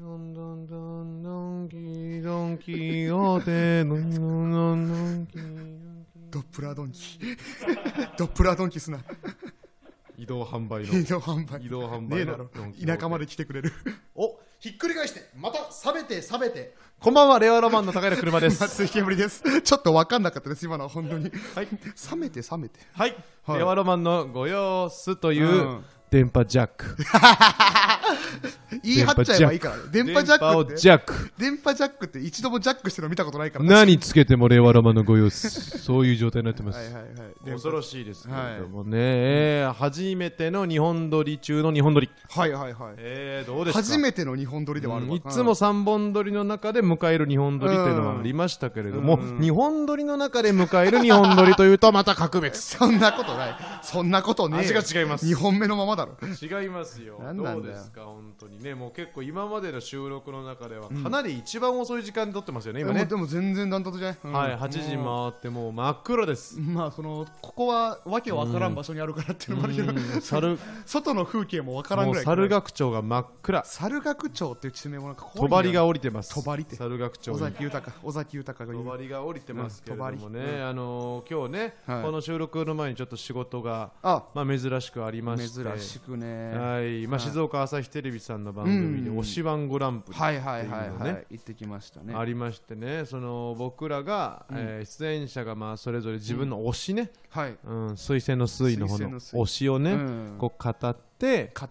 どんどんどんどんきどんきおてのんのんのんきドップラードンキ ドップラードンキすな移動販売の 移動販売移動販ねえ売だのろドンキホーテ田舎まで来てくれるおひっくり返してまた冷めて冷めてこんばんは令和ロマンの高平車です松井煙ですちょっと分かんなかったです今 のは本当にはい冷めて冷めてはい、はい令和ロマンのご様子という、うん電波ジャック言い張っちゃえばいいからね電波ジ電ャ波ッをクってジャック電波ジャックって一度もジャックしてるの見たことないから何つけても令和ロマンのご様子そういう状態になってまはいすはいはい恐ろしいですけれどもね、えー初めての日本撮り中の日本撮りはいはいはいえー、どうですか初めての日本撮りではあるうわんいつも3本撮りの中で迎える日本撮りというのはありましたけれども、日本撮りの中で迎える日本撮りというとまた格別そんなことないそんなことねえよ味が違います2本目のままだろ違いますよ何などんうだよですか本当にねもう結構今までの収録の中ではかなり一番遅い時間で撮ってますよね、で今もねでも全然ダントツじゃないうんはい8時回ってもう真っ暗ですまあそのここはわけわからん場所にあるからっていうのもあるけどうん猿 外の風景もわからんもぐうらい猿学長が真っ暗猿学町っていう地名もなんか怖帳いなが降りてます帳って猿学長尾に崎豊尾崎豊が言帳うが降りてますけれどもね、うん帳あのー今日ね、はいこの収録の前にちょっと仕事が、あまあ、珍しくありまして珍しくねはいまあ、静岡朝日テレビさんの番組で「うん推しワングランプリ」はいはいはいっていうはのいね行ってきましたねありましてねその僕らが、えー出演者がまあそれぞれ自分の推しね、はいうん推薦の推の方推薦のの推推しをね、うんこう語って語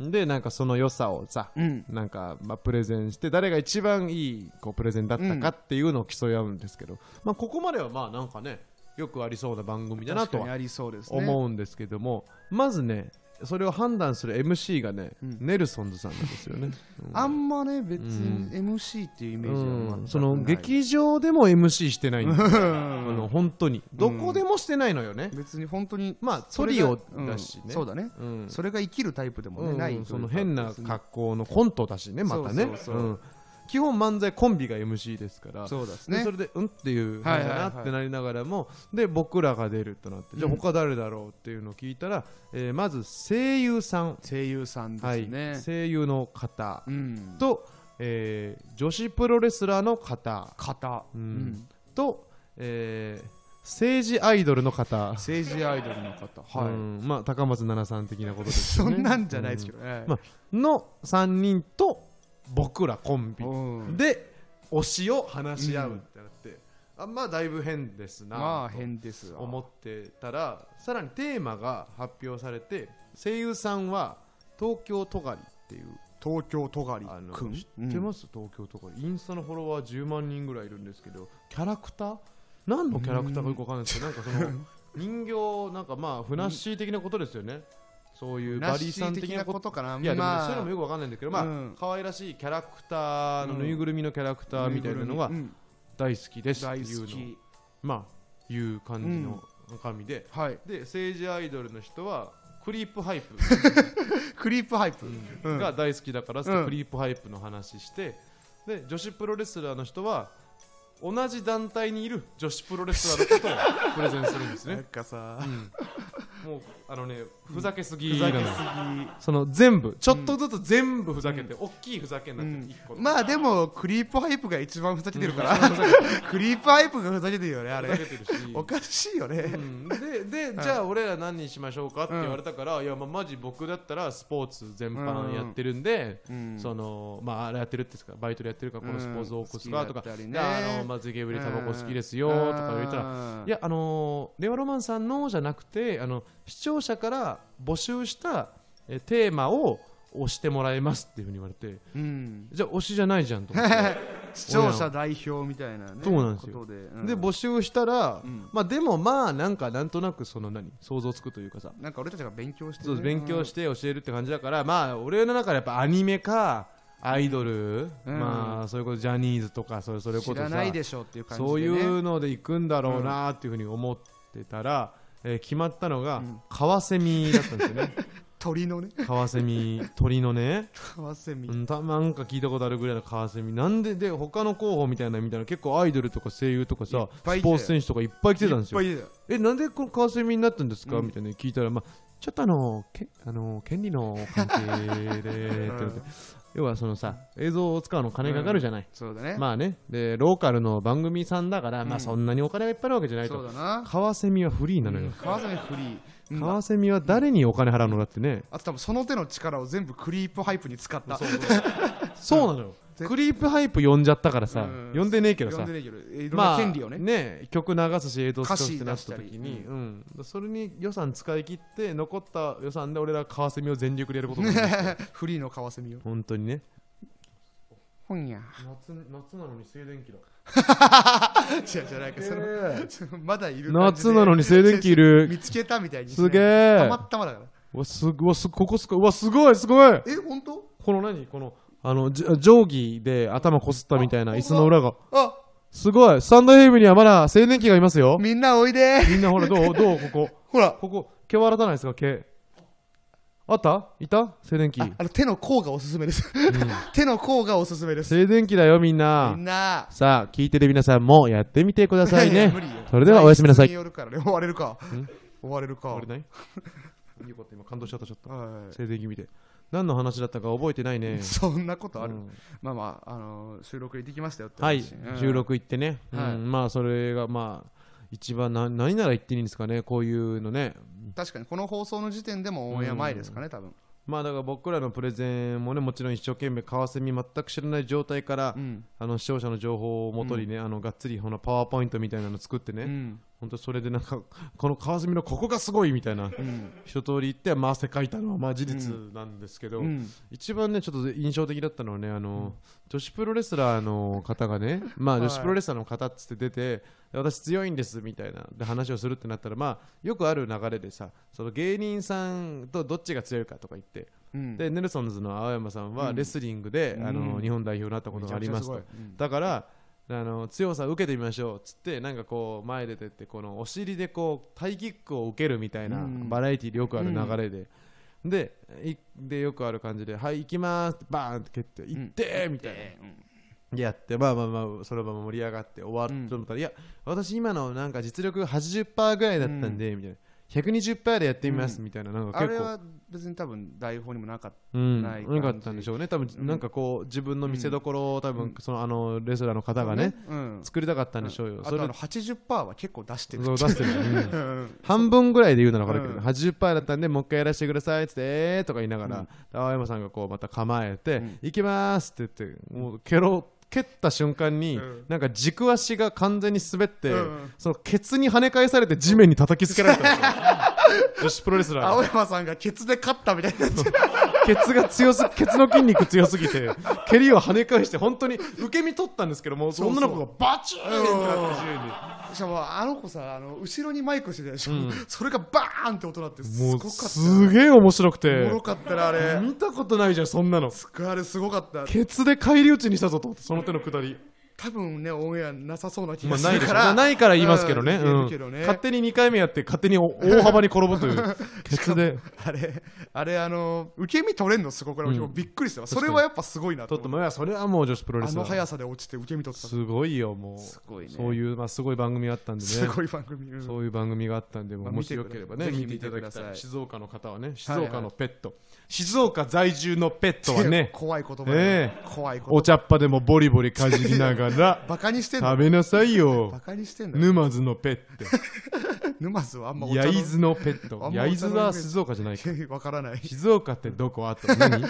るでなんかその良さをさ、うんなんかまあプレゼンして誰が一番いいこうプレゼンだったかっていうのを競い合うんですけど、まあ、ここまではまあなんかねよくありそうな番組だな確とかにはありそうですね思うんですけども、まずねそれを判断する MC がね、ネルソンズさんなんですよね。あんまね別に MC っていうイメージは全くうなんいその劇場でも MC してないんですよあの本当にどこでもしてないのよね、別に本当にまあそトれリがオだしね、うんそうだねうんそれが生きるタイプでもうねんないその変な別に格好のコントだしねまたねそうそうそうん基本漫才コンビが MC ですからそうですでねそれでうんっていうはないんはいだはいなってなりながらもで僕らが出るとなってじゃあ他誰だろうっていうのを聞いたら、えーまず声優さん、声優さんはでいすね声優の方うんと、えー女子プロレスラーの方型ううんんと、えー政治アイドルの方、政治アイドルの方うはんまあ、高松菜奈さん的なことでいすよそねんなんじゃないですけどねまあの3人と僕らコンビうんで推しを話し合うってなって、あまあだいぶ変ですなまあと変ですわ思ってたらさらにテーマが発表されて声優さんは東京都狩りっていう東京とがりあのくん知ってます、東京とかインスタのフォロワー10万人ぐらいいるんですけどキャラクター何のキャラクターかよくわかんないですけどなんかそ の人形なんかまあふなっしー的なことですよねそういうバリーさん的なことかないやでもねそういうのまあもよくわかんないんだけどまあうん可愛らしいキャラクターのぬいぐるみのキャラクターみたいなのがうん大好きですって大いう好のをきまあいう感じの紙ではいで政治アイドルの人はクリープハイプクリープハイプうんが大好きだから、うんクリープハイプの話してで女子プロレスラーの人は同じ団体にいる女子プロレスラーのことをプレゼンするんですなんねかさもうあのねふざけすぎふなざのけよすぎその全部ちょっとずつ全部ふざけて、大きいふざけになってる、一個のまあでもクリープハイプが一番ふざけてるから クリープハイプがふざけてるよねあふざれけてるし おかしいようねんででじゃあ俺ら何にしましょうかって言われたから、いやまあマジ僕だったらスポーツ全般やってるんで、そのまああれやってるってですかバイトでやってるからこのスポーツ多くすかうんとか、好きだったりねであのまあ税金ぶりタバコ好きですよとか言ったら、らいやあのー令和ロマンさんのじゃなくてあの視聴者から募集したえテーマを押してもらえますっていうふうに言われてうんじゃあ推しじゃないじゃんと思って視聴者代表みたいなねそうなんですよことでうんで募集したら、うんまあでもまあなんかなんとなくその何想像つくというかさなんか俺たちが勉強してそうね勉強して教えるって感じだから、まあ俺の中でやっぱアニメかアイドル、うんまあそれこそジャニーズとかそれそれこそ知らさないでしょっていう感じでねそういうので行くんだろうなっていうふうに思ってたら、えー決まったのが、カワセミだったんですよ ね鳥のねカワセミ鳥のね、カワセミうん、たなんか聞いたことあるぐらいのカワセミなんでで他の候補みたいなみたいな結構アイドルとか声優とかさぱいいスてポーツ選手とかいっぱい来てたんですよいっぱいいるえよなんでこのカワセミになったんですか、みたいなの聞いたら、まあ、ちょっとあのけあの権利の関係でって言って要はそのさ映像を使うの金かかるじゃない、そうだね。まあねでローカルの番組さんだから、まあそんなにお金がいっぱいあるわけじゃないそうとだな。カワセミはフリーなのよ、カワセミフリー。うんカワセミは誰にお金払うのだってね、あと多分その手の力を全部クリープハイプに使った。そうなのよぜクリープハイプ呼んじゃったからさ、うん呼んでねえけど呼さんでねえけど、えいろんまなあ権利をね。ね曲流すし映像使うしってな歌っ詞た出した時りに、うんそれに予算使い切って残った予算で俺らカワセミを全力でやることにな る フリーのカワセミを。本当にねほんや。夏夏なのに静電気だ違うじゃないか、その、その まだいる感じで夏なのに静電気いる 見つけたみたいにしない。すげたえまたまだから。うわすごうわすここすごいうわすごいすごいえ、本当この何このあのじ定規で頭こすったみたいな椅子の裏があすごいスタンドヘイブにはまだ静電気がいますよみんなおいでみんなほらどうどうここほら、ここ毛は洗たないですか毛あったいた静電気ああの手の甲がおすすめです。手の甲がおすすめです。静電気だよみんなみんな。さあ聞いてる皆さんもやってみてくださいややね無理よそれではおやすみなさい人によるからね、終われるか。終われるか。あれないよかった今感動しちゃったちょっとはい静電気見て何の話だったか覚えてないねそんなことある、うんまあまあ、あのー収録行ってきましたよってはい話うん収録行ってねうんはいまあそれがまあ一番な何なら言っていいんですかねこういうのね確かにこの放送の時点でもオンエア前ですかね、多分まあだから僕らのプレゼンもねもちろん一生懸命カワセミ全く知らない状態からうん、あの視聴者の情報をもとにね、あのがっつりほなパワーポイントみたいなの作ってね、うんほんとそれでなんかこの川澄のここがすごいみたいな、うん一通り言って、まあ、汗かいたのはまあ事実なんですけど、うん一番ねちょっと印象的だったのはねあの、女子プロレスラーの方がね、まあ、はい女子プロレスラーの方っつって出て、私強いんですみたいなで話をするってなったら、まあ、よくある流れでさその芸人さんとどっちが強いかとか言ってうんでネルソンズの青山さんはうんレスリングで、あうのん日本代表になったことがありますとめちゃくちゃすごいうんだからあの強さを受けてみましょうっつってなんかこう前出てってこのお尻でこうタイキックを受けるみたいなうんバラエティでよくある流れで、でいでよくある感じで「はい行きます」バーンって蹴って「行ってー」みたいな。やってまあまあまあそのまま盛り上がって終わると思ったら、いや私今のなんか実力80%ぐらいだったんで、みたいな120%でやってみます、みたいななんかあ結構れは別に多分台本にもなかっうん、ない感なじかったんでしょうね多分、うんなんかこう自分の見せどころを多分、うんそのあのレスラーのた方がね、うん、作りたかったんでしょうよ、あそれとあの80%は結構出してるそう出してる、 うんうん半分ぐらいで言うなら分かるけど、うん80%だったんでもう一回やらせてくださいっつってえーとか言いながら、うん青山さんがこうまた構えて、うん行きますって言ってもう蹴ろ蹴った瞬間に、うんなんか軸足が完全に滑って、うんそのケツに跳ね返されて地面に叩きつけられたんで すよ女子プロレスラーが青山さんがケツで勝ったみたいになっちゃうケツが強すケツの筋肉強すぎ て蹴りを跳ね返して本当に受け身取ったんですけどもうそう女の子がバチューンってなって地面にしかもあの子さあの後ろにマイクしてたでしょ、それがバーンって音鳴ってすもごかうったすげえ面白くおてもろかったなあれ見たことないじゃんそんなのすあれすごかったケツで返り討ちにしたぞと思ってその手のくだり多分ねオンエアなさそうな気まがあすないるでしかょら、なないから言いますけどね,、うんうん言えるけどね勝手に2回目やって勝手にお大幅に転ぶ というケツであれあれあの受け身取れんのすごく俺も結構びっくりしてます、確かそにれはやっぱすごいなと取っ思てっもいやそれはもう女子プロてレあスのだ速さで落ちて受け身取ってたすごいよもうすごいねそういう、まあ、すごい番組あったんでねすごい番組、うんそういう番組があったんで、まあもしよければね、見見てていいたただだききたたいい。静岡の方はね、静はい岡のペット、静岡在住のペットはね、 怖い言葉、え怖い言お葉茶っ葉でもボリボリかじりながらバカにしてんだ食べなさいよ バ。カにしてんだよ沼津のペット、沼津はあん まお茶の焼津のペッあト、んまお茶のイメー焼ジ津は静岡じゃないか。 わからない静岡ってどこ あと何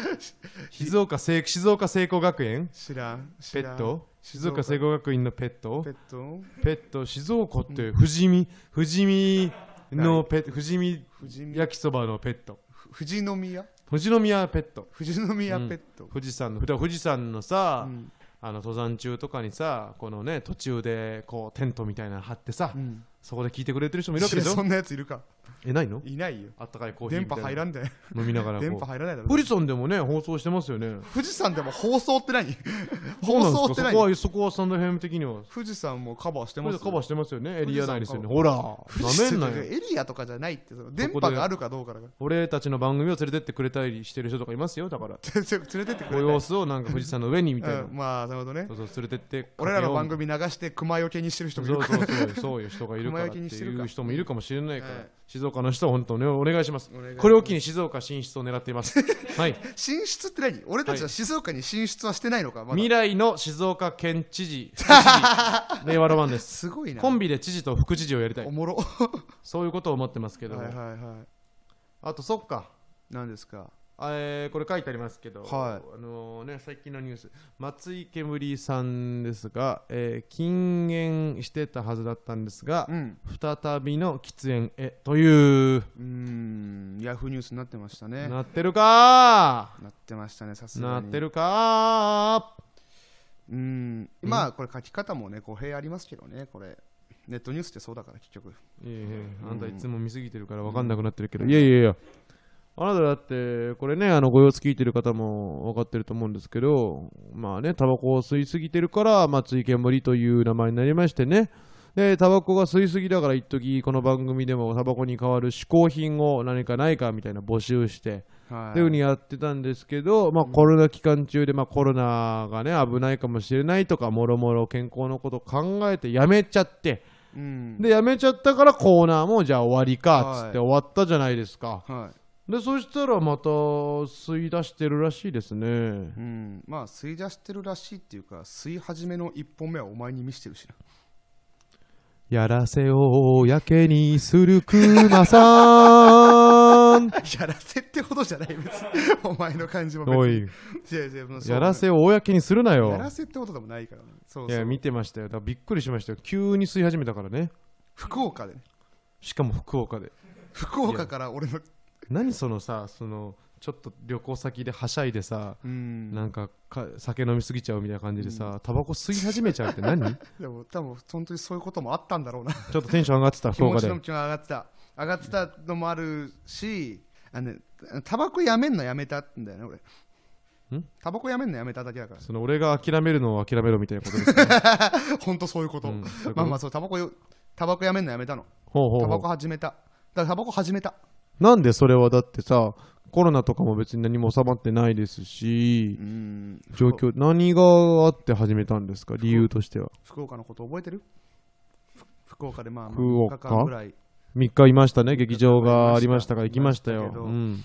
静岡聖静岡聖光学園知らん知ペらッんト静岡聖光学院のペットペットペット静岡って富士見富士見のペット富士見富士宮焼きそばのペット富士宮富士宮ペット富士宮ペット、富士山のふた富士山のさ、うんあの登山中とかにさこのね途中でこうテントみたいなの張ってさ、んそこで聞いてくれてる人もいるわけでしそょんなやついるかえないのいないよあったかいコーヒー電み波た入いならんだよ飲みながら電波こ入らないだうろ富士山でもね放送してますよね富士山でも放送って何そう放なん送ですっかそて何こはそこはスタンドヘム的には富士山もカバーしそてれまですカバーしてますよねエリア内ですよね富ほらなめんなよエリアとかじゃないってその電こで波があるかどうかだか俺たちの番組を連れてってくれたりしてる人とか いますよだからら 連れてってくごれ様ない子をなんか富士山の上にみた いな、うんまあなるほどねそうそう連れてって俺らの番組流して熊よけにしてる人もいそるうかそうそうよそうよ人がいるからっ熊焼てきにしているかう人もいるかもしれないから、はい静岡の人は本当にお願いしますお願いしますこれを機に静岡進出を狙っています はい進出って何俺たちは静岡に進出はしてないのかまだ未来の静岡県知 事知事令和ロマンですすごいなコンビで知事と副知事をやりたおいもろそういうことを思ってますけども、はいはいはあとそっかい何ですかえーこれ書いてありますけど、はあのね、最近のニュース松井けむりさんですが、えー禁煙してたはずだったんですが、うん再びの喫煙へといううーんヤフーニュースになってましたねななってるかってましたねさすーがなにってるかうーんまあこれ書き方もね語弊ありますけどねこれネットニュースってそうだから結局ーいえいえうんあんたいつも見すぎてるから分かんなくなってるけど、いやいやいやあなただってこれねあのご様子聞いてる方も分かってると思うんですけどまあねタバコを吸いすぎてるから松井けむりという名前になりましてねでタバコが吸いすぎだから一時この番組でもタバコに代わる嗜好品を何かないかみたいな募集してはっていうふうにやってたんですけど、まあ、コロナ期間中で、まあ、コロナがね危ないかもしれないとかもろもろ健康のこと考えてやめちゃってうんでやめちゃったからコーナーもじゃあ終わりかはいっつって終わったじゃないですか、はでそしたらまた吸い出してるらしいですねいうんまあ吸い出してるらしいっていうか吸い始めの一本目はお前に見せてるしなやらせをやけにするクマさ んやらせってほどじゃない別にお前の感じも別におい違う違うもうそうやらせを公にするなやよらせってことでもないからねそういそやう見てましたよだからびっくりしましたよ急に吸い始めたからね福岡でねしかも福岡で福岡から俺の何そのさそのちょっと旅行先ではしゃいでさ、うんなんかか酒飲みすぎちゃうみたいな感じでさ、タバコ吸い始めちゃうって何 ちでも多分本当にそういうこともあったんだろうなょっとテンション上がってた気福持岡ちでの気持ちが上がってた上がってたのもあるしあのねタバコやめんのやめたんだよね俺んタバコやめんのやめただけだからその俺が諦めるのを諦めろみたいなことですか、ね、本当そういうこと、うんそういうことまあまあそうタバコよタバコやめんのやめたのほうほうタほバうコ始めただからタバコ始めたなんでそれはだってさコロナとかも別に何も収まってないですしうん状況何があって始めたんですか理由としては福岡のこと覚えてるふ福岡でまあまあ福3岡日間ぐらい、 3日いましたね劇場がありましたから行行ききままししたたよけどうん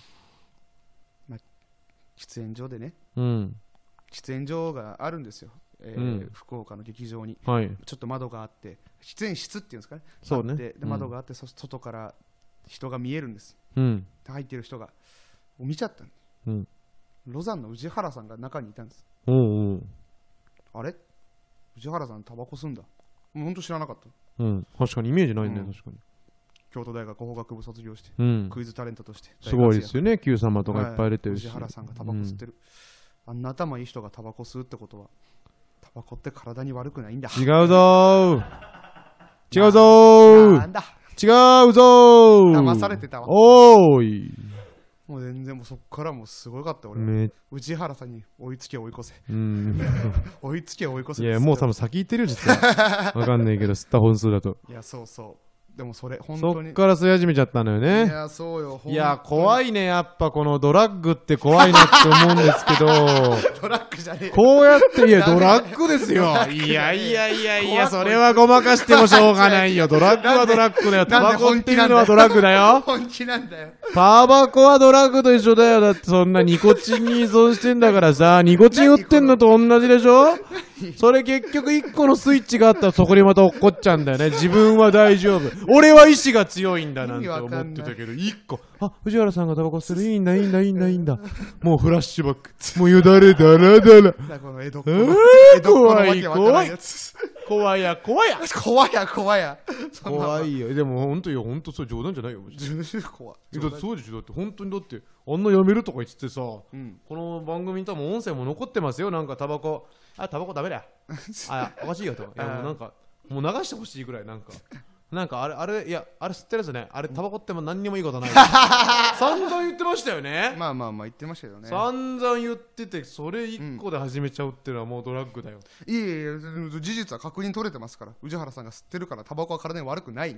喫煙所でねうん喫煙所があるんですよ、えーうん福岡の劇場にはいちょっと窓があって喫煙室っていうんですかねそうねあってでうん窓があって、そ外から人が見えるんですうんで入ってる人がもう見ちゃったのうんロザンの宇治原さんが中にいたんですうんうんあれ宇治原さんタバコ吸うんだもうほんと知らなかったうん、確かにイメージないね、うん確かに。京都大学法学部卒業して、うん、クイズタレントとしてすごいですよね、Q 様と大活躍かいっぱい出てるし。はい宇治原さんがタバコ吸ってる、あんな頭いい人がタバコ吸うってことはタバコって体に悪くないんだうん違うぞー違うぞなーんだ違うぞー騙されてたわおーいもう全然もうそっからもうすごかった俺は、め宇治原さんに追いつけ追い越せう ん、追いつけ追い越せいってや、もうずっ多分先行ってるよ、実 は。わかんないけど、吸った本数だと。といやそうそうでもそれ本そ当っにから吸い始めちゃったのよいね。やそうよいや、い怖いね、やっぱこのドラッグって怖いなって思うんですけど。 トラックじゃねえこうやって、いや、ダドメラッグですよ。グだねいやいやいやいや、怖いそれはごまかしてもしょうがないよ。ドラッグはドラッグだよ。タなんバでコっていうの本気なはんだドラッグだよ。本気なんだよタバコはドラッグと一緒だよ。だってそんなニコチンに依存してんだからさ、ニコチン売ってんのと同じでしょそれ結局一個のスイッチがあったらそこにまた落っこっちゃうんだよね。自分は大丈夫。俺は意志が強いんだなんて思ってたけど、一個。あ、藤原さんがタバコ吸る。いいんだ、いいんだ、いいんだ、いいんだ。もうフラッシュバック。もうよだれだらだら。だからこの江戸っ子えの江ー、戸っ子のわ怖いけわから怖んいやつ怖いや怖いや 怖いや怖いやそんな怖いよでも本当いや本当それ冗談じゃないよマジで怖いだってそうでしょだって本当にだってあんなやめるとか言ってさこうんの番組に多分音声も残ってますよなんかタバコあタバコダ メだよあおかしいよとかいやもうなんかもう流してほしいぐらいなんかなんかあれあれいやあれ吸ってるやつねあれタバコってもう何にもいいことない 散々言ってましたよねまあまあまあ言ってましたけどね散々言っててそれ一個で始めちゃうってのはもうドラッグだよ、いやいやいや事実は確認取れてますから宇治原さんが吸ってるからタバコは体に悪くないい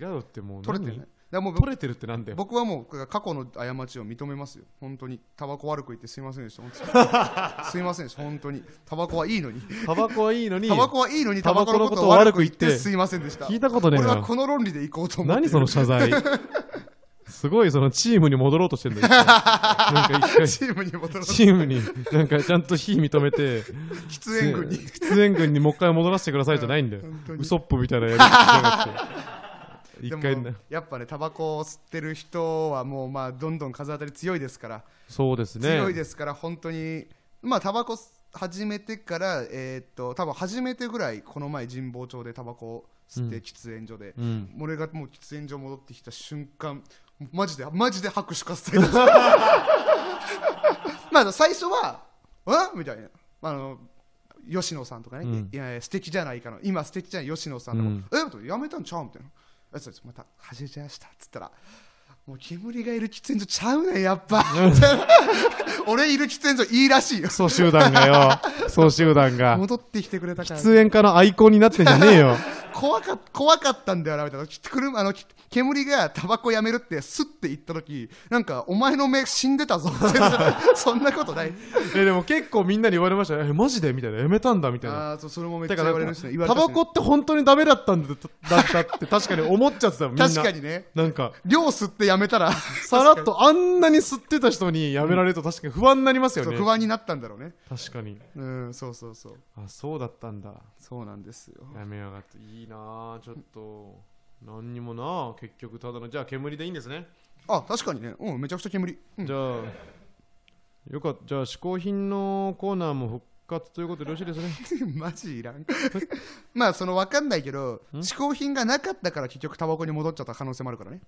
や違うってもう取れてるね何だからもう取れてるってなんだよ僕はもう過去の過ちを認めますよ本当にタバコ悪く言ってすいませんでした本 当にすいませんでした本当にタバコはいいのにタバコはいいのにタバコはいいのにタタバコバコののここととをを悪悪くく言言っっててすいませんでした聞いたことねえ俺はな この論理でいこうと思って何その謝罪すごいそのチームに戻ろうとしてるんだよ一回なんか一回チームに戻ろうチームになんかちゃんと非認めて喫煙軍に出演軍にもう一回戻らせてくださいじゃないんだよ本当にウソップみたいなやり方じゃなくて一で回もなやっぱねタバコを吸ってる人はもうまあどんどん風当たり強いですから、そうですね強いですから本当にまあタバコ始めてからえーっと多分初めてぐらいこの前神保町でタバコを吸ってうん喫煙所で、うん俺がもう喫煙所戻ってきた瞬間マジでマジで拍手喝采だった まああの最初は「えみたいなあの吉野さんとかね、うんいやいや素敵じゃないかの今素敵じゃない吉野さんとか、うんえとやめたんちゃうみたいなえそうですまた始めちゃいましたっつったらもう煙がいる喫煙所ちゃうねんやっぱ俺いる喫煙所いいらしいよ総集団 がよ総集団が戻ってきてくれたから出演家のアイコンになってんじゃねえ よ怖かっ怖かったんだよなみたいなき車あのき煙がタバコやめるってスッて言った時なんかお前の目死んでたぞってそんなことないえでも結構みんなに言われましたねえマジでみたいなやめたんだみたいなああそうそれもめっちゃだか言らわれるしね言われタたしバねコって本当にダメだったんだだったって確かに思っちゃってたもんみんな確かにねなんか量吸ってやめたらさらっとあんなに吸ってた人にやめられると確かに不安になりますよそうね不安になったんだろうね確かにうんそうそうそうあそうだったんだそうなんですよやめやがっていいなあちょっと何にもなあ結局ただのじゃあ煙でいいんですね、あ確かにねうんめちゃくちゃ煙、 うんじゃあよかったじゃあ嗜好品のコーナーも復活ということでよろしいですねマジいらんまあその分かんないけどん嗜好品がなかったから結局タバコに戻っちゃった可能性 もあるからね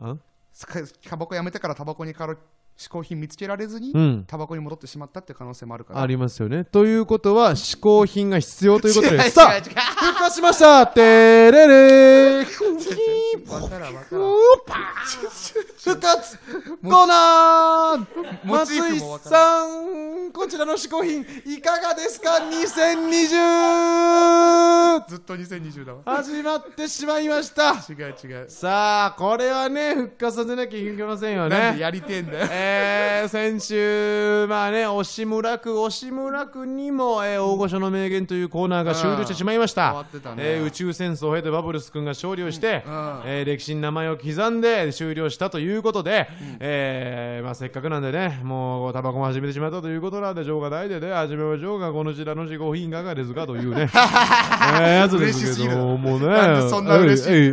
あすかタバコやめてからタバコに変わる嗜好品見つけられずに、うんタバコに戻ってしまったって可能性もあるからありますよねということは嗜好品が必要ということ 違う違でうさあ違う復活しましたてれれーわからんわからん復活コーナーモ松チー井フもわかさんこちらの試行品いかがですか 2020! ずっと2020だわ始まってしまいました違う違う、さあこれはね復活させなきゃいけませんよなんでねやりてえんだよえー、先週まあね押村区押村区にも、えー大御所の名言というコーナーが終了してしまいました終わってたねえー宇宙戦争を経てバブルス君が勝利をして、うんうんえー歴史に名前を刻んで終了したということで、えーまあ、せっかくなんでねもうタバコも始めてしまったということなんで情がないでね始めましょうかこのちらの自己品いかがですかというねえーやつですけどもうねなんでそんな嬉しいえいえい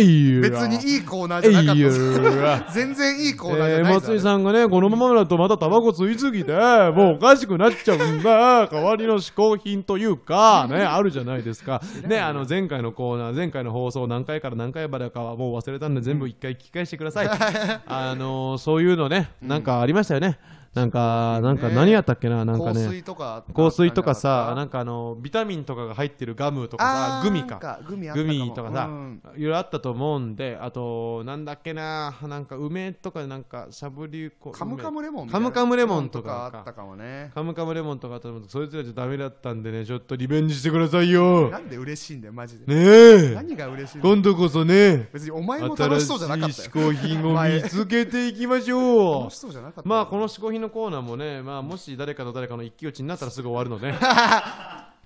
えいえい別にいいコーナーじゃなかえいっやた全然いいコーナーじえゃーない松井さんがね、このままだとまたタバコ吸いすぎて、もうおかしくなっちゃうんだ、代わりの嗜好品というか、ね、あるじゃないですか。ね、あの、前回のコーナー、前回の放送何回から何回までかはもう忘れたんで、全部一回聞き返してくだ さい。あのー、そういうのね、なんかありましたよね。なんか、なんか何やったっけな、なんか香ね。水とか香水とかさ、なんんかあの、ビタミンとかが入ってるガムとかさ、あーグミなかん。かグミあったグかもミとかさ、うんいろいろあったと思うんで、あと、なんだっけな、なんか梅とか、なんかしゃぶりこ、カムカムレモンみたカいなムカムレモンとかあったかもねカムカムレモンとかあったと思うんですけど、そいつらじゃダメだったんでね、ちょっとリベンジしてくださいよ。なんで嬉しいんだよマジで、ねえ、何が嬉しいの今度こそね、別にお前も新楽ししいそうじゃなかったよ嗜好品を見つけていきましょう楽し。そうじゃなかったよまあこの嗜好品のコーナーもね、まあ、もし誰かと誰かの一騎打ちになったらすぐ終わるの で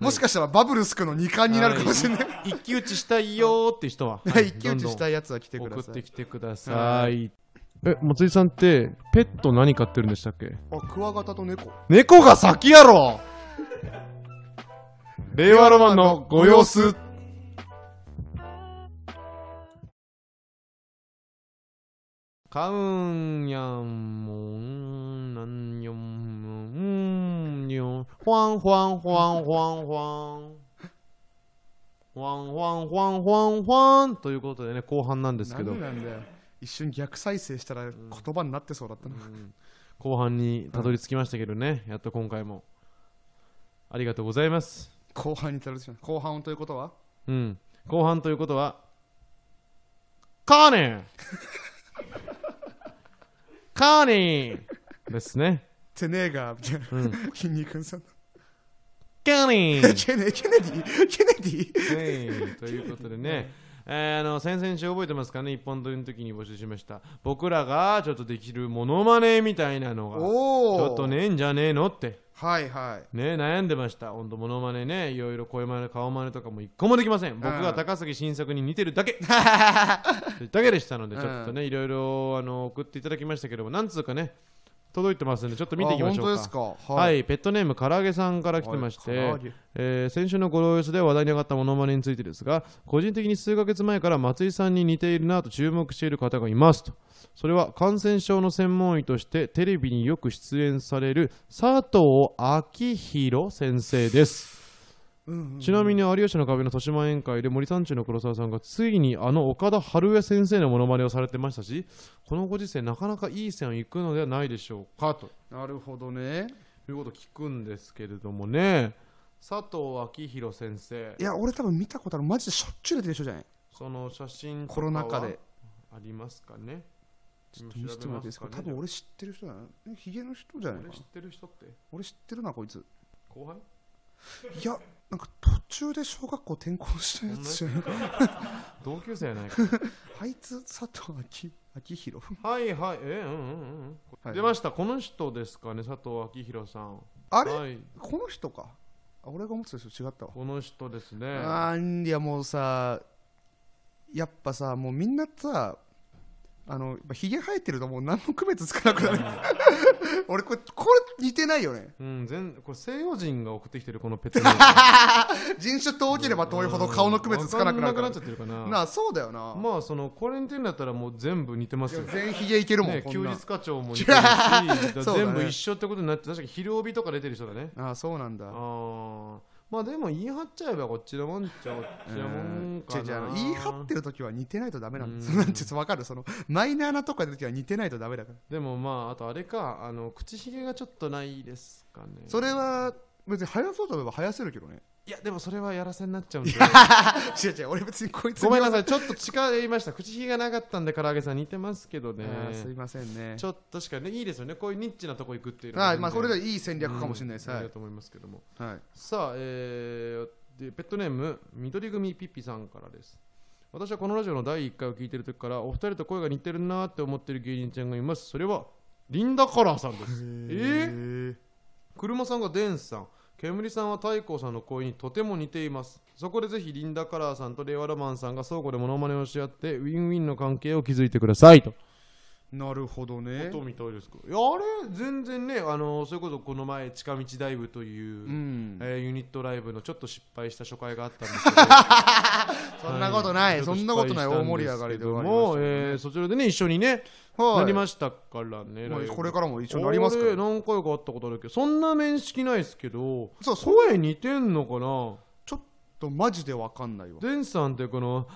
もしかしたらバブルスクの2冠になるかもしれない一騎打ちしたいよーって人は、はい 一騎打ちしたいいやつは来てく送だっさていきてください。え、松井さんって、ペット何飼ってるんでしたっけあクワガタと猫猫が先やろ令和ロマンのご様子。カウンヤンモン、なんよんもん、うんよ、ほわんほわんほわんほわんほわん。ほわんほわんほわんほわんほわんということでね、後半なんですけど何。なんだよ一瞬逆再生したら言葉になってそうだったな、うん後半にたどり着きましたけどね、やっと今回もありがとうございます、後半にたどり着きました後半ということはうん、後半ということはカーニ ーカーニーですねてねえがみたいな、うん筋肉さんカーニーケネケネディケネディはいということでね、えーあの先々週覚えてますかね一本撮りの時に募集しました僕らがちょっとできるモノマネみたいなのがちおおょっとねえんじゃねえのってはいはいね悩んでました本当モノマネねいろいろ声マネ顔マネとかも一個もできません僕が高杉晋作に似てるだ けだけでしたのでうんちょっとねいろいろあの送っていただきましたけどもなんつうかね届いてますんでちょっと見ていきましょうかあ本当ですかはい、いペットネーム唐揚げさんから来てまして、はい唐揚げえー先週のごろ様子で話題に上がったモノマネについてですが個人的に数ヶ月前から松井さんに似ているなと注目している方がいますとそれは感染症の専門医としてテレビによく出演される佐藤昭弘先生ですちなみに「有吉の壁」の豊島宴会で森三中の黒沢さんがついにあの岡田春江先生のモノマネをされてましたしこのご時世なかなかいい線を行くのではないでしょうかとなるほどねいうことを聞くんですけれどもね佐藤昭弘先生いや俺多分見たことあるマジでしょっちゅう出てる人じゃないその写真とコかロはナ禍でありますかねちょっ見せてもらっていいですか多分俺俺知ってる人だなえヒゲの人じゃないかな知ってる人って俺知ってるなこいつ後輩いやなんか途中で小学校転校したやつじゃない同級生やない かあいつ佐藤昭昭弘はいはいえうんうんうんうん、はい出ましたこの人ですかね佐藤昭弘さんあれはい、この人かあ俺が思ってた人違ったわこの人ですねあーいやもうさやっぱさもうみんなさあのやっぱひげ生えてるともう何も区別つかなくなる 俺これこれ似てないよねうん全これ西洋人が送ってきてるこのペット ネーム人種遠ければ遠いほど顔の区別つかなくなるわからんなくなっちゃってるかななあそうだよな、まあそのこれにてんだったらもう全部似てますよ全員ひげいけるもん、ね、こん休な日課長も似てるしだから そうだね全部一緒ってことになって確かに昼帯とか出てる人だねああそうなんだああまあでも言い張っちゃえばこっちのもんっちゃこっちのもんか違う違うあなの言い張ってる時は似てないとダメ なんですうんなんていうのわかるそのマイナーなとこで時は似てないとダメだからでもまああとあれかあの口ひげがちょっとないですかねそれは別に早そうと思えば早せるけ どねいやでもそれはやらせになっちゃうんで違う違う俺別にこいつごめんなささいちょっと力入れました口ひげがなかったんで唐揚げさん似てますけどねすいませんねちょっとしかねいいですよねこういうニッチなとこ行くっていうのははいまあこれ全が然いい戦略かもしれないです、うんはありいがとう思いますけどもはいさあ、えーでペットネーム緑組ピッピさんからです私はこのラジオの第1回を聞いてる時からお二人と声が似てるなーって思ってる芸人ちゃんがいますそれはリンダカラーさん ですえー、車さんがデンスさん煙さんは太閤さんの声にとても似ていますそこでぜひリンダカラーさんと令和ロマンさんが相互でモノマネをし合ってウィンウィンの関係を築いてくださいとなるほどねことみたいですかいやあれ全然ねあのそれこそこの前近道ダイブという、うんえーユニットライブのちょっと失敗した初回があったんですけど そんなことない、そんなことない大盛り上がりで終わりまもう、えーそちらでね一緒にね、したはいなりましたからねもうライブこれからも一応なりますかあれら何回かあったことあるけどそんな面識ないですけどそうそう声似てんのかなちょっとマジでわかんないわデンさんってこの「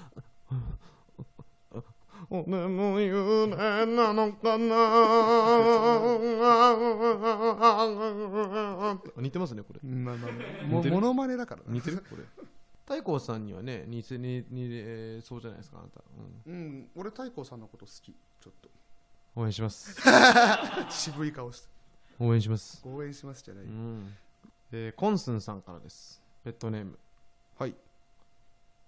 おでも有名なのかな」似てますねこれまあまあも似てるモノマネだからな似 てるこれ太閤さんにはね似せに似えーそうじゃないですかあなた、うんうん俺太閤さんのこと好きちょっと応援します渋い顔して応援します、応援しますじゃない、うんえーコンスンさんからですペットネームはい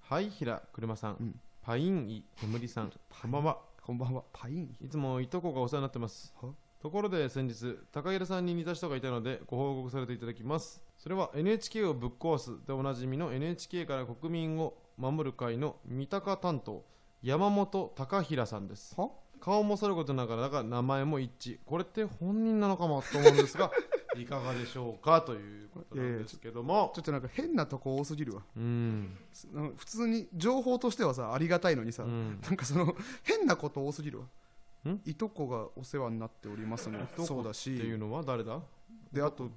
はい平車さん、うんパインイ煙さんこんばんはこんばんはパインいつもいとこがお世話になってますは。ところで先日、高平さんに似た人がいたのでご報告されていただきます。それは NHK をぶっ壊すでおなじみの NHK から国民を守る会の三鷹担当、山本高平さんです。は顔もさることながらが名前も一致。これって本人なのかもと思うんですが、 いかがでしょうかということなんですけどもちょ。っとなんか変なとこ多すぎるわうん。すあの普通に情報としてはさありがたいのにさ、うんなんかその変なこと多すぎるわんいとこがお世話になっておりますのそっうだていしうのは誰だであと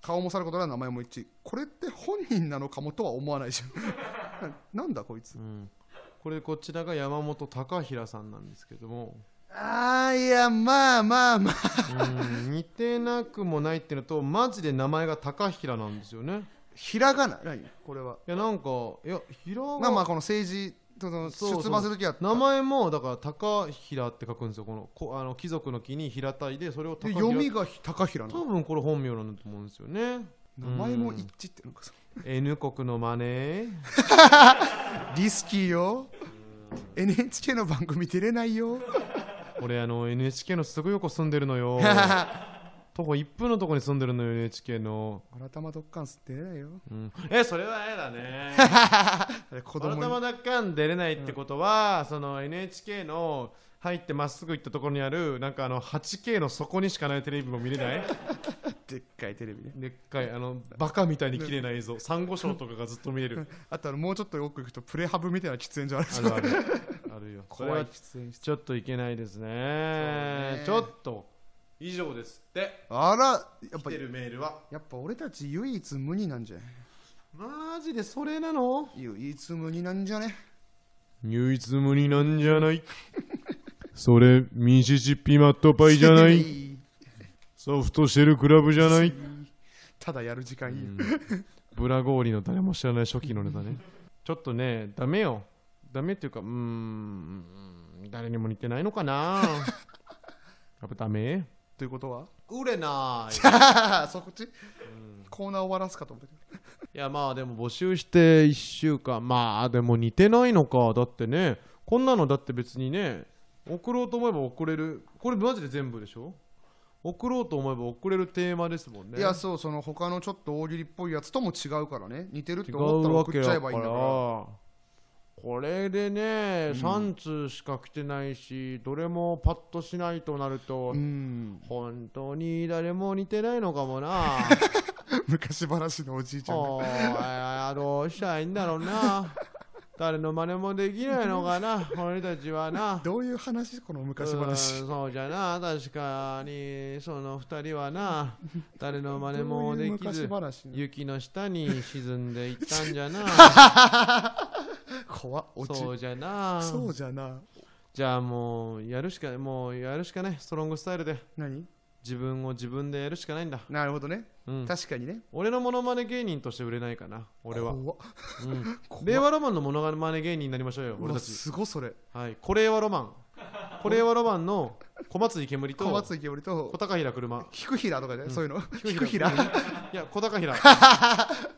顔もさることながら名前も一致これって本人なのかもとは思わないじゃん ななんだこいつうん。これこちらが山本高平さんなんですけども。あーいやまあまあまあうん似てなくもないっていうのとマジで名前が高平なんですよねひらがな何これはいやなんかいや平がまあまあこの政治そのそうそう出馬する時は名前もだから高平って書くんですよこのこあの貴族の木に平たいでそれを高で平読みが高平な多の分これ本名なんだと思うんですよね名前もうん一致ってなんかさ N 国のマネーリスキーよ NHK の番組出れないよ俺あの NHK のすぐ横住んでるの よ徒歩1分のとこに住んでるのよ NHK の、改まどっかんす出れないようん、えそれは嫌だ ね子たまた供まにだかん出れないってことは、その NHK の入ってまっすぐ行ったところにあるなんかあの 8K の底にしかないテレビも見れないでっかいテレビねでっかいあのバカみたいに綺麗な映像サンゴ礁とかがずっと見えるあとあのもうちょっと奥行くとプレハブみたいな喫煙所あるんであるすよあるあるよそれ怖いは喫煙室ちょっといけないですねねちょっと以上ですってあらやっ来ぱてるメールはやっぱ俺たち唯一無二なんじゃんマジでそれなの唯一無二なんじゃね唯一無二なんじゃない それミシシッピマットパイじゃ ないソフトシェルクラブじゃないただやる時間いいよブラゴーリの誰も知らない初期のネタねちょっとねダメよダメっていうかうーん誰にも似てないのかな やっぱダメということは売れない そっちコーナー終わらすかと思っていやまあでも募集して1週間まあでも似てないのかだってねこんなのだって別にね送ろうと思えば送れるこれマジで全部でしょ送ろうと思えば送れるテーマですもんねいやそうその他のちょっと大喜利っぽいやつとも違うからね似てるっ違て思ったうらわ送けっちゃやえかばらいいんだからこれでね、3通しか来てないしどれもパッとしないとなると、うん 本当に誰も似てないのかもなあ昔話のおじいちゃんがああどうしたらいいんだろう な誰の真似もできないのかな俺たちはなどういう話この昔う話んそうじゃな確かにその2人はな誰の真似もできずどういう昔話雪の下に沈んでいったんじゃ な怖っおじそうじゃなそうじゃなじゃあもうやるしかもうやるしかないストロングスタイルで何自分を自分でやるしかないんだ、なるほどねうん、確かにね俺のモノマネ芸人として売れないかな俺は、怖っうん、怖っ令和ロマンのモノマネ芸人になりましょうようわ俺たちすごいそれはいこれはロマンこれはロマンの小松井煙と小小松池よりと高平車菊平とかじゃないそういうの菊平平いや小高平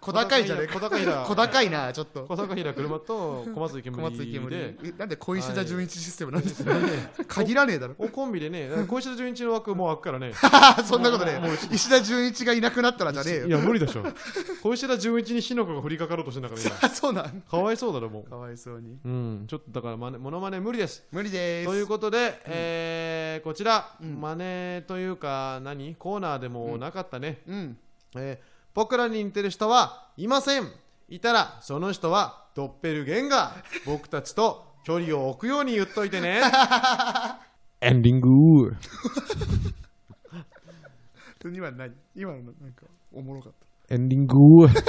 小高いじゃねえ小高平小高いなちょっと小高平車と小松井小松煙池よでりえなんで小石田純一システムなんでそれね限らねえ だろおコンビでね小石田純一の枠もう開くからね そんなことね石田純一がいなくなったらじゃねえいやよ無理でしょ小石田純一に火の粉が降りかかろうとしてんだから今 そうなんかわいそうだろもうかわいそうにうん、ちょっとだからまねモノマネ無理です。無理ですということで、えーこちら、うんマネというか何コーナーでもなかったね、うんえー僕らに似てる人はいませんいたらその人はドッペルゲンガー僕たちと距離を置くように言っといて ねエンディング今の何今のなんかおもろかっエンディングた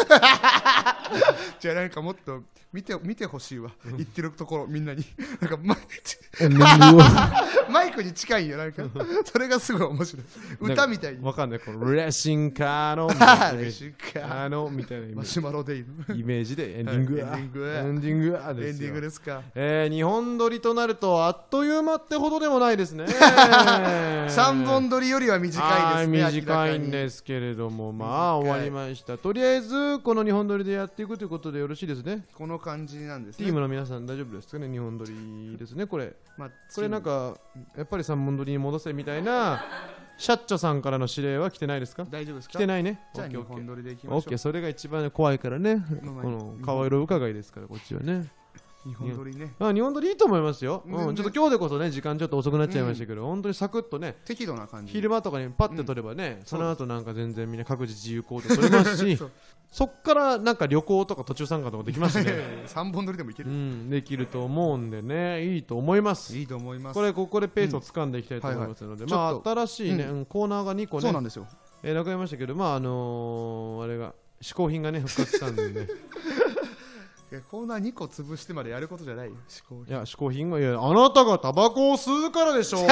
じゃあなんかもっと見て見てほしいわ言ってるところみんなになんかマイエンディングマイクに近いよなんかそれがすごい面白い歌みたい にわかんないこのレッシンカーのレッシンカーあのみたいなイメマージ シュマロデイのイメージ でエンディングはいエンディングエンディングあエでンすディンよグですかえー、日本撮りとなるとあっという間ってほどでもないです ね3本撮りよりは短いですはねい短いんすですけれどもまあ終わりましたとりあえずこの日本撮りでやっていくということでよろしいですねこの感じなんですチねームの皆さん大丈夫ですかね日本撮りですねこれまあこれなんかやっぱり3本撮りに戻せみたいなシャッチョさんからの指令は来てないですか大丈夫ですか来てないねじゃあオッ日ケーオッケー本撮りでいきオましッょケーうそれが一番怖いからねまあまあこの顔色伺いですからこっちはね日本撮りねあ日本撮りいいと思いますよ、全う然ん、ちょっと今日でこそね時間ちょっと遅くなっちゃいましたけど、本当にサクッとね適度な感じ昼間とかにパッて撮ればね、その後なんか全然みんな各自自由行動撮れますしそそうっからなんか旅行とか途中参加とかできますね、 3本撮 りでもいけうるん、できると思うんでねいいと思いますいいと思いますこれここでペースを掴んでいきたいと思いますので、うんはいはいちょっとまあ新しいね、うんコーナーが2個そうなねんですよえーなくなりましたけどまああのーあれが嗜好品がね復活したんで ねいやコーナー2個潰してまでやることじゃないよ思考いや嗜好品がいやあなたがタバコを吸うからでし ょう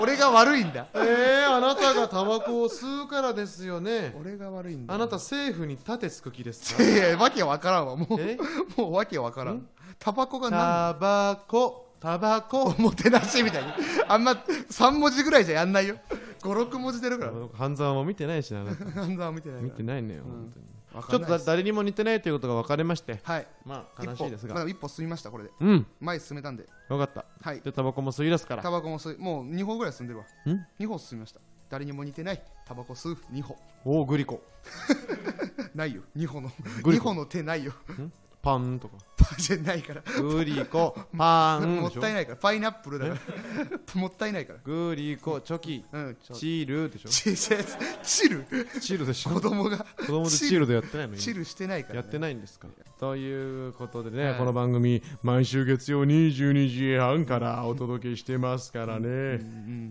俺が悪いんだえー、あなたがタバコを吸うからですよね。俺が悪いんだあなた政府に盾つく気です いかやいやわけわからんわもえうもうわけわからんタバコが何タバコ、タバコ。おもてなしみたいにあんま3文字ぐらいじゃやんないよ56文字出るから半沢も見てないしな、あなた半沢見てない見かてないのよ、本当に。わちかょっんとないでだす誰にも似てないということが分かれましてはいまあ悲しいです一歩まがだ一歩進みましたこれでうん前進めたんでよかったはいでタバコも吸い出すからタバコも吸いもう2歩ぐらい進んでるわん2歩進みました誰にも似てないタバコ吸う2歩おおグリコないよ2歩のグリ2コ歩の手ないよ パンとかパじゃないからグリコパンもでっしょたいないからパイナップルだからもったいないかグリコチョキらうんちょチールでしょちちチルチールでしょ子子供が供でチールでやってないの今チルしてないから、ね、やってないんですかということでね、はいこの番組毎週月曜22時半からお届けしてますからね、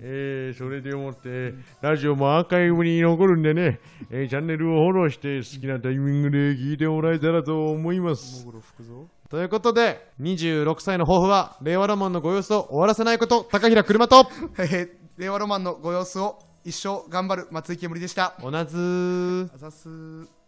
えーそれでもってラジオもアーカイブに残るんでね、えーチャンネルをフォローして好きなタイミングで聞いてもらえたらと思いますモグロ福蔵ということで26歳の抱負は令和ロマンのご様子を終わらせないこと高平車と えー令和ロマンのご様子を一生頑張る松井けむりでしたおなずーあざっすー